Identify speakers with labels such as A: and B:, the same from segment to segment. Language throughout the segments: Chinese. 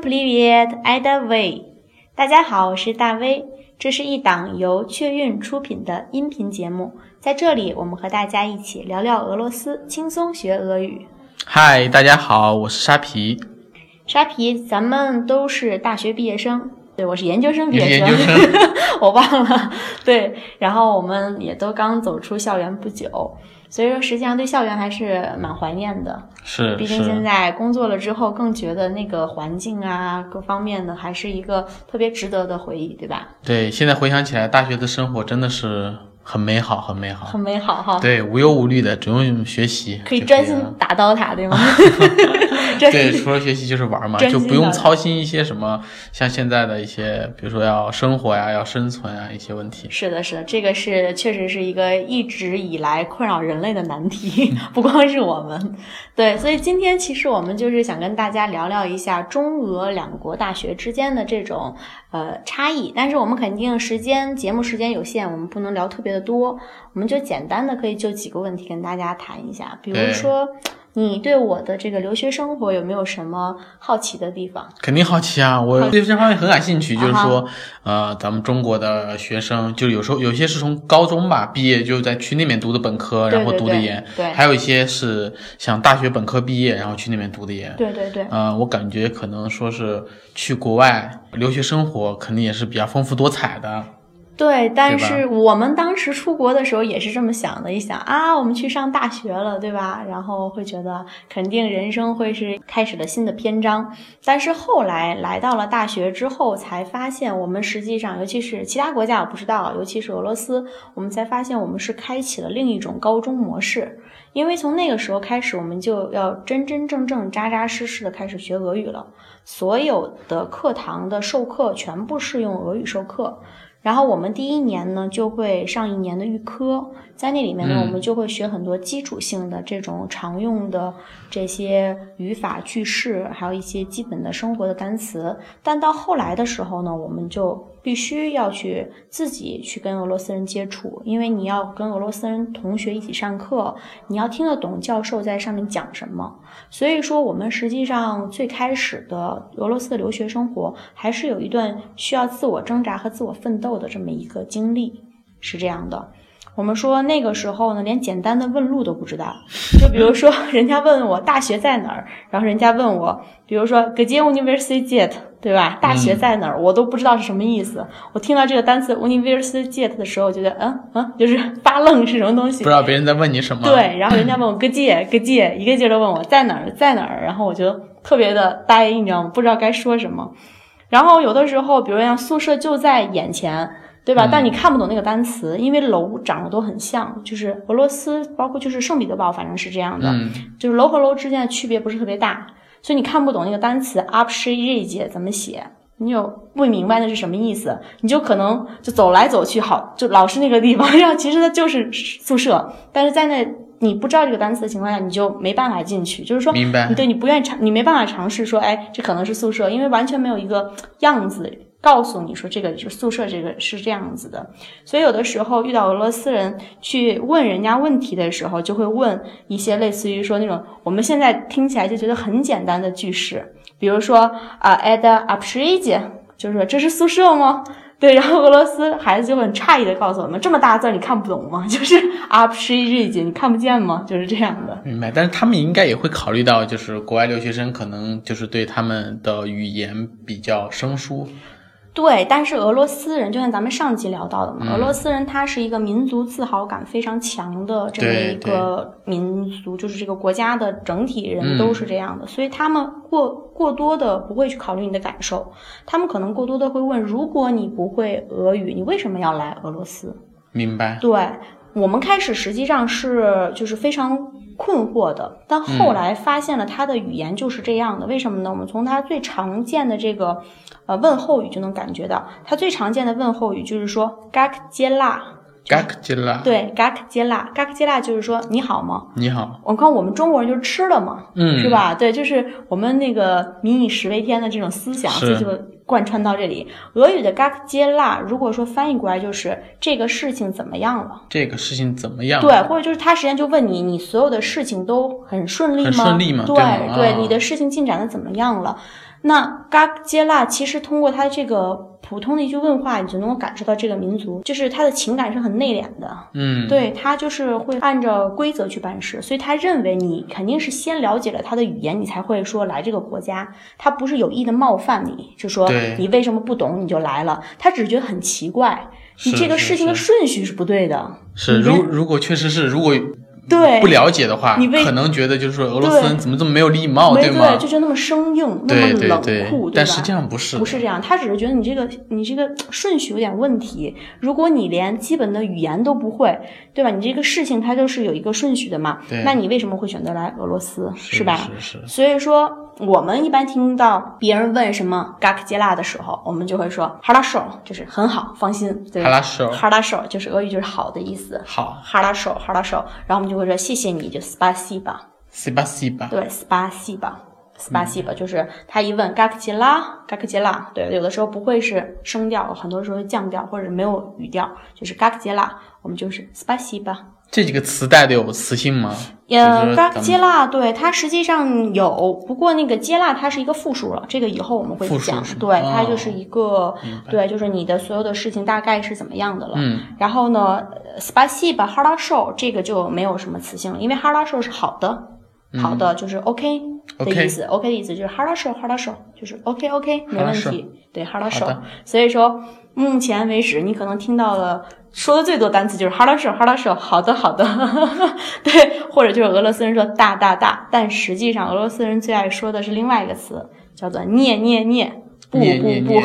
A: get either way。大家好，我是大威，这是一档由雀韵出品的音频节目，在这里我们和大家一起聊聊俄罗斯，轻松学俄语。
B: 嗨，大家好，我是沙皮，
A: 沙皮，咱们都是大学毕业生，对我是研究生毕
B: 你是
A: 业生，
B: 研究 生，
A: 我忘了。对，然后我们也都刚走出校园不久，所以说实际上对校园还是蛮怀念的。
B: 是
A: 毕竟现
B: 是
A: 在工作了之后，更觉得那个环境啊，各方面的还是一个特别值得的回忆，对吧？
B: 对，现在回想起来，大学的生活真的是很美好，很美好，
A: 很美好哈，
B: 对，无忧无虑的，只用学习就
A: 可以专心
B: 了
A: 打刀塔，对 吗？
B: 啊对，
A: 这
B: 除了学习就是玩嘛，
A: 专心
B: 就不用
A: 的
B: 操心一些什么，像现在的一些，比如说要生活呀、要生存啊一些问题。
A: 是的，是的，这个是确实是一个一直以来困扰人类的难题， 不光是我们。对，所以今天其实我们就是想跟大家聊聊一下中俄两国大学之间的这种呃差异，但是我们肯定时间节目时间有限，我们不能聊特别的多，我们就简单的可以就几个问题跟大家谈一下，比如
B: 对
A: 说你对我的这个留学生活有没有什么好奇的地方？
B: 肯定好奇啊，我对这方面很感兴趣。
A: 啊
B: 就是说，呃，咱们中国的学生，就有时候有些是从高中吧毕业就在去那边读的本科，
A: 对
B: 然后
A: 对
B: 读的
A: 对
B: 研，
A: 对
B: 还有一些是想大学本科毕业，然后去那边读的研。
A: 对对对，
B: 呃，我感觉可能说是去国外留学生活，肯定也是比较丰富多彩的。
A: 对，但
B: 对吧
A: 是我们当时出国的时候也是这么想的，一想啊，我们去上大学了，对吧？然后会觉得肯定人生会是开始了新的篇章。但是后来来到了大学之后，才发现我们实际上，尤其是其他国家我不知道，尤其是俄罗斯，我们才发现我们是开启了另一种高中模式。因为从那个时候开始，我们就要真真正正、扎扎实实的开始学俄语了。所有的课堂的授课全部是用俄语授课。然后我们第一年呢，就会上一年的预科，在那里面呢，
B: 嗯
A: 我们就会学很多基础性的这种常用的这些语法、句式，还有一些基本的生活的单词。但到后来的时候呢，我们就必须要去自己去跟俄罗斯人接触，因为你要跟俄罗斯人同学一起上课，你要听得懂教授在上面讲什么。所以说，我们实际上最开始的俄罗斯的留学生活，还是有一段需要自我挣扎和自我奋斗的这么一个经历，是这样的。我们说那个时候呢，连简单的问路都不知道。就比如说， 人家问我大学在哪儿，然后人家问我，比如说 g e d e universitet，对吧？大学在哪儿，我都不知道是什么意思。我听到这个单词 universitet 的时候，我觉得嗯嗯，就是发愣是什么东西
B: 不知。道别人在问你什么。，
A: 对，然后人家问我个 界个界，一个劲儿的问我在哪儿在哪儿，然后我就特别的呆，你知道吗？不知道该说什么。然后有的时候，比如像宿舍就在眼前，对
B: 嗯
A: 吧？但你看不懂那个单词，因为楼长得都很像，就是俄罗斯，包括就是圣彼得堡，反正是这样的，
B: 嗯，
A: 就是楼和楼之间的区别不是特别大，所以你看不懂那个单词 up s h i r 怎么写。你有不明白那是什么意思，你就可能就走来走去，好，就老是那个地方， 然后其实它就是宿舍，但是在那你不知道这个单词的情况下，你就没办法进去。就是说，
B: 明白
A: 你对你不愿意尝，你没办法尝试说，哎，这可能是宿舍，因为完全没有一个样子告诉你说这个是宿舍，这个是这样子的。所以有的时候遇到俄罗斯人去问人家问题的时候，就会问一些类似于说那种我们现在听起来就觉得很简单的句式，比如说啊 a d a p s h i d 就是说这是宿舍吗？对，然后俄罗斯孩子就很诧异的告诉我们，这么大字儿你看不懂吗？ 就是 up s h i d 你看不见吗？就是这样的。
B: 明白。但是他们应该也会考虑到，就是国外留学生可能就是对他们的语言比较生疏。
A: 对，但是俄罗斯人就像咱们上集聊到的嘛，俄
B: 嗯
A: 罗斯人他是一个民族自豪感非常强的这么
B: 对
A: 一个民族，就是这个国家的整体
B: 嗯
A: 人都是这样的，所以他们过过多的不会去考虑你的感受，他们可能过多的会问，如果你不会俄语，你为什么要来俄罗斯？
B: 明白。
A: 对我们开始实际上是就是非常困惑的，但
B: 嗯
A: 后来发现了他的语言就是这样的。为什么呢？我们从他最常见的这个呃问候语就能感觉到，他最常见的问候语就是说 “gak 接啦
B: Gak j i l a ”，
A: 对 “gak 接啦 ”，“gak 接啦”就是说你好吗？
B: 你好。
A: 我看我们中国人就是吃了嘛，
B: 嗯，
A: 是？吧？对，就是我们那个“民以食为天”的这种思想，这
B: 是
A: 就贯穿到这里。俄语的 “gak 接啦”，如果说翻译过来就是这个事情怎么样了。
B: 这个事情怎么样？
A: 对，或者就是他实际上就问你，你所有的事情都很顺利吗？
B: 很顺利吗
A: 对
B: 对吗
A: 对
B: 啊
A: 你的事情进展的怎么样了？那嘎接纳其实通过他这个普通的一句问话，你就能够感受到这个民族就是他的情感是很内敛的，
B: 嗯，
A: 对他就是会按照规则去办事，所以他认为你肯定是先了解了他的语言，你才会说来这个国家。他不是有意的冒犯你，就说
B: 对
A: 你为什么不懂你就来了，他只是觉得很奇怪，你
B: 是
A: 这个
B: 是
A: 事情的
B: 是
A: 顺序是不对的，
B: 是，
A: 你
B: 如
A: 认
B: 如果确实是，如果
A: 对，
B: 不了解的话，
A: 你被
B: 可能觉得就是说俄罗斯人
A: 对
B: 怎么这么没有礼貌，
A: 没
B: 哦吗？
A: 就是那么生硬，那
B: 对
A: 么
B: 对
A: 冷
B: 对
A: 酷，对吧？
B: 但实际上不是的，
A: 不是这样，他只是觉得你这个你这个顺序有点问题。如果你连基本的语言都不会，对吧？你这个事情它就是有一个顺序的嘛
B: 对。
A: 那你为什么会选择来俄罗斯，
B: 是
A: 吧？
B: 是是，
A: 所以说，我们一般听到别人问什么 “gak 杰拉”的时候，我们就会说 h a r a s h o 就是很好，放心，对
B: 哈拉
A: 吧
B: 手
A: h a r a s h o 就是俄语就是好的意思
B: 好
A: h a r a s h o h a r a s h o 然后我们就会说谢谢你，就 spasiba。
B: s i b a s i b a
A: 对，SPA 系吧，SPA 系吧，就是他一问 g a k j i l a g a k j i l a 对，有的时候不会是升调，很多时候是降调或者没有语调，就是 g a k j i l a 我们就是 SPA 系吧。
B: 这几个词带的有词性吗？就是
A: 呃 g a
B: 咱
A: k
B: 们
A: j i l a 对它实际上有，不过那个 j i l a 它是一个复数了，这个以后我们会
B: 复数
A: 讲
B: 是吗。
A: 对，它
B: 哦
A: 就是一个
B: 明白
A: 对，就是你的所有的事情大概是怎么样的了。
B: 嗯，
A: 然后呢，spasiba h a r a s h o 这个就没有什么词性了，因为 h a r a s h o 是好的，好的就是 OK 的
B: 嗯 OK
A: 意思，OK 的意思就是 h a r a s h o h a r a s h o 就是 OK OK 没问
B: harasho
A: 题，对 h a r a s h
B: 好
A: o
B: 的
A: 所以说目前为止，你可能听到了。说的最多单词就是 h a r a s h o h a r a s h o 好的好的，对，或者就是俄罗斯人说大大大，但实际上俄罗斯人最爱说的是另外一个词，叫做念念念，不
B: 念
A: 不
B: 念
A: 不
B: 念，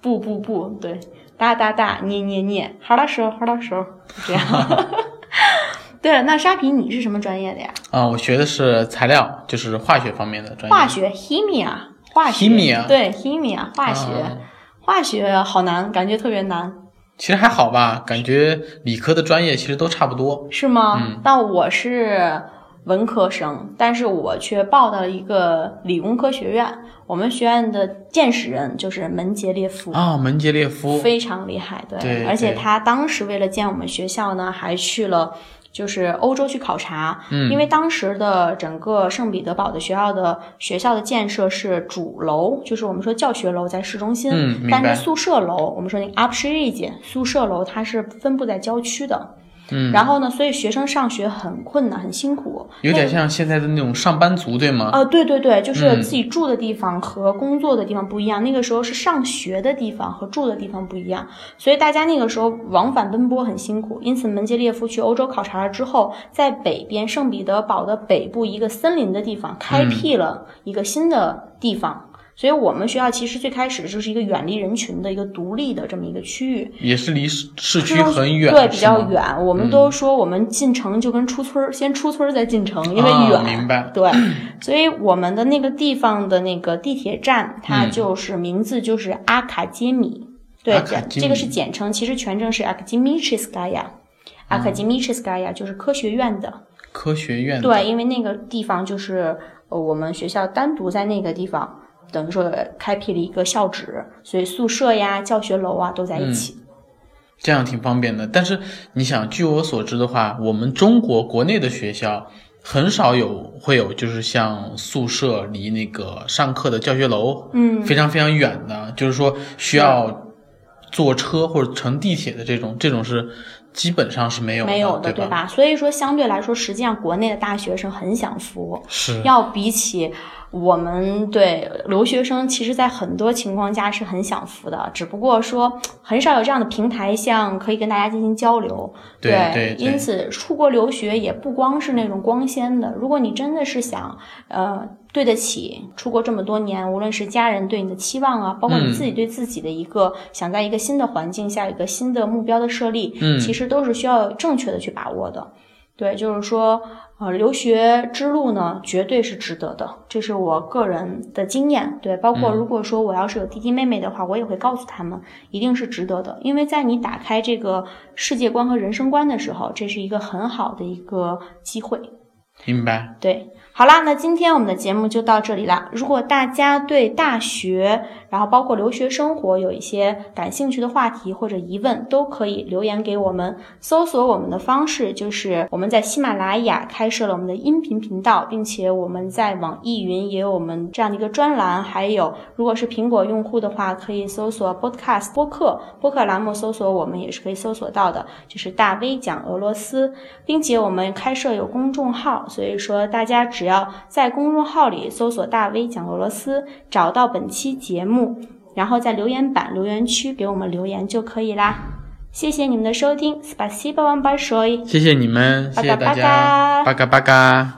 A: 不不不，对，大大大，捏捏捏，哈拉 手哈拉手，这样。对了，那沙皮你是什么专业的呀？
B: 啊，我学的是材料，就是化学方面的专业。
A: 化学 （chemia），化学
B: 嗯 Chemia
A: 对 chemia 化学、
B: 啊
A: 化学好难，感觉特别难，
B: 其实还好吧，感觉理科的专业其实都差不多。
A: 是吗？但我是文科生，但是我却报到了一个理工科学院。我们学院的见识人就是门捷列夫
B: 啊、门捷列夫，
A: 非常厉害，对，
B: 对
A: 而且
B: 对
A: 他当时为了建我们学校呢，还去了。就是欧洲去考察，
B: 嗯
A: 因为当时的整个圣彼得堡的学校的学校的建设是主楼，就是我们说教学楼在市中心，
B: 嗯明白
A: 但是宿舍楼，我们说啊那个 u p s h i r i 宿舍楼它是分布在郊区的，
B: 嗯，
A: 然后呢，所以学生上学很困难，很辛苦，
B: 有
A: 那
B: 点
A: 个
B: 像现在的那种上班族，对吗？
A: 啊，对对对，就是
B: 嗯
A: 自己住的地方和工作的地方不一样。那个时候是上学的地方和住的地方不一样，所以大家那个时候往返奔波很辛苦。因此，门捷列夫去欧洲考察了之后，在北边圣彼得堡的北部一个森林的地方开
B: 嗯
A: 辟了一个新的地方。所以我们学校其实最开始就是一个远离人群的一个独立的这么一个区域，
B: 也是离市市
A: 这
B: 区
A: 种
B: 很远，
A: 对，比
B: 是
A: 较
B: 吗。嗯
A: 远。我们都说我们进城就跟出村儿，先出村儿再进城，因为
B: 啊
A: 远。
B: 明白
A: 对，所以我们的那个地方的那个地铁站，它就是名字就是阿卡杰米。对
B: 嗯阿，卡
A: 这
B: 杰米
A: 这个是简称，其实全称是阿卡杰米切斯卡亚。阿卡杰米切斯卡亚就是科学院的。
B: 科学院的
A: 对，因为那个地方就是呃我们学校单独在那个地方，等于说开辟了一个校址，所以宿舍呀、教学楼啊都在一
B: 嗯
A: 起。
B: 这样挺方便的。但是你想，据我所知的话，我们中国国内的学校很少有会有，就是像宿舍离那个上课的教学楼，嗯，非常非常远的，就是说需要坐车或者乘地铁的这种，这种是基本上是没有
A: 没有的，
B: 对
A: 对？吧？所以说，相对来说，实际上国内的大学生很享福，
B: 是
A: 要比起我们对留学生，其实在很多情况下是很享福的，只不过说很少有这样的平台，像可以跟大家进行交流。
B: 对对对
A: 因此出国留学也不光是那种光鲜的，如果你真的是想，呃。对得起出国这么多年，无论是家人对你的期望啊，包括你
B: 嗯
A: 自己对自己的一个、想在一个新的环境下，一个新的目标的设立，
B: 嗯
A: 其实都是需要正确的去把握的。对，就是说，呃，留学之路呢，绝对是值得的，这是我个人的经验。对，包括如果说我要是有弟弟妹妹的话，我也会告诉他们，一定是值得的。因为在你打开这个世界观和人生观的时候，这是一个很好的一个机会。
B: 明白。
A: 对，好啦，那今天我们的节目就到这里啦。如果大家对大学然后包括留学生活有一些感兴趣的话题或者疑问，都可以留言给我们。搜索我们的方式就是我们在喜马拉雅开设了我们的音频频道，并且我们在网易云也有我们这样的一个专栏，还有如果是苹果用户的话，可以搜索 Podcast 播客播客栏目搜索我们也是可以搜索到的，就是大 V 讲俄罗斯，并且我们开设有公众号，所以说大家只要在公众号里搜索大 V 讲俄罗斯，找到本期节目，然后在留言板留言区给我们留言就可以啦。谢谢你们的收听，Спасибо вам большое，
B: 谢谢你们，谢谢大家，巴嘎巴嘎。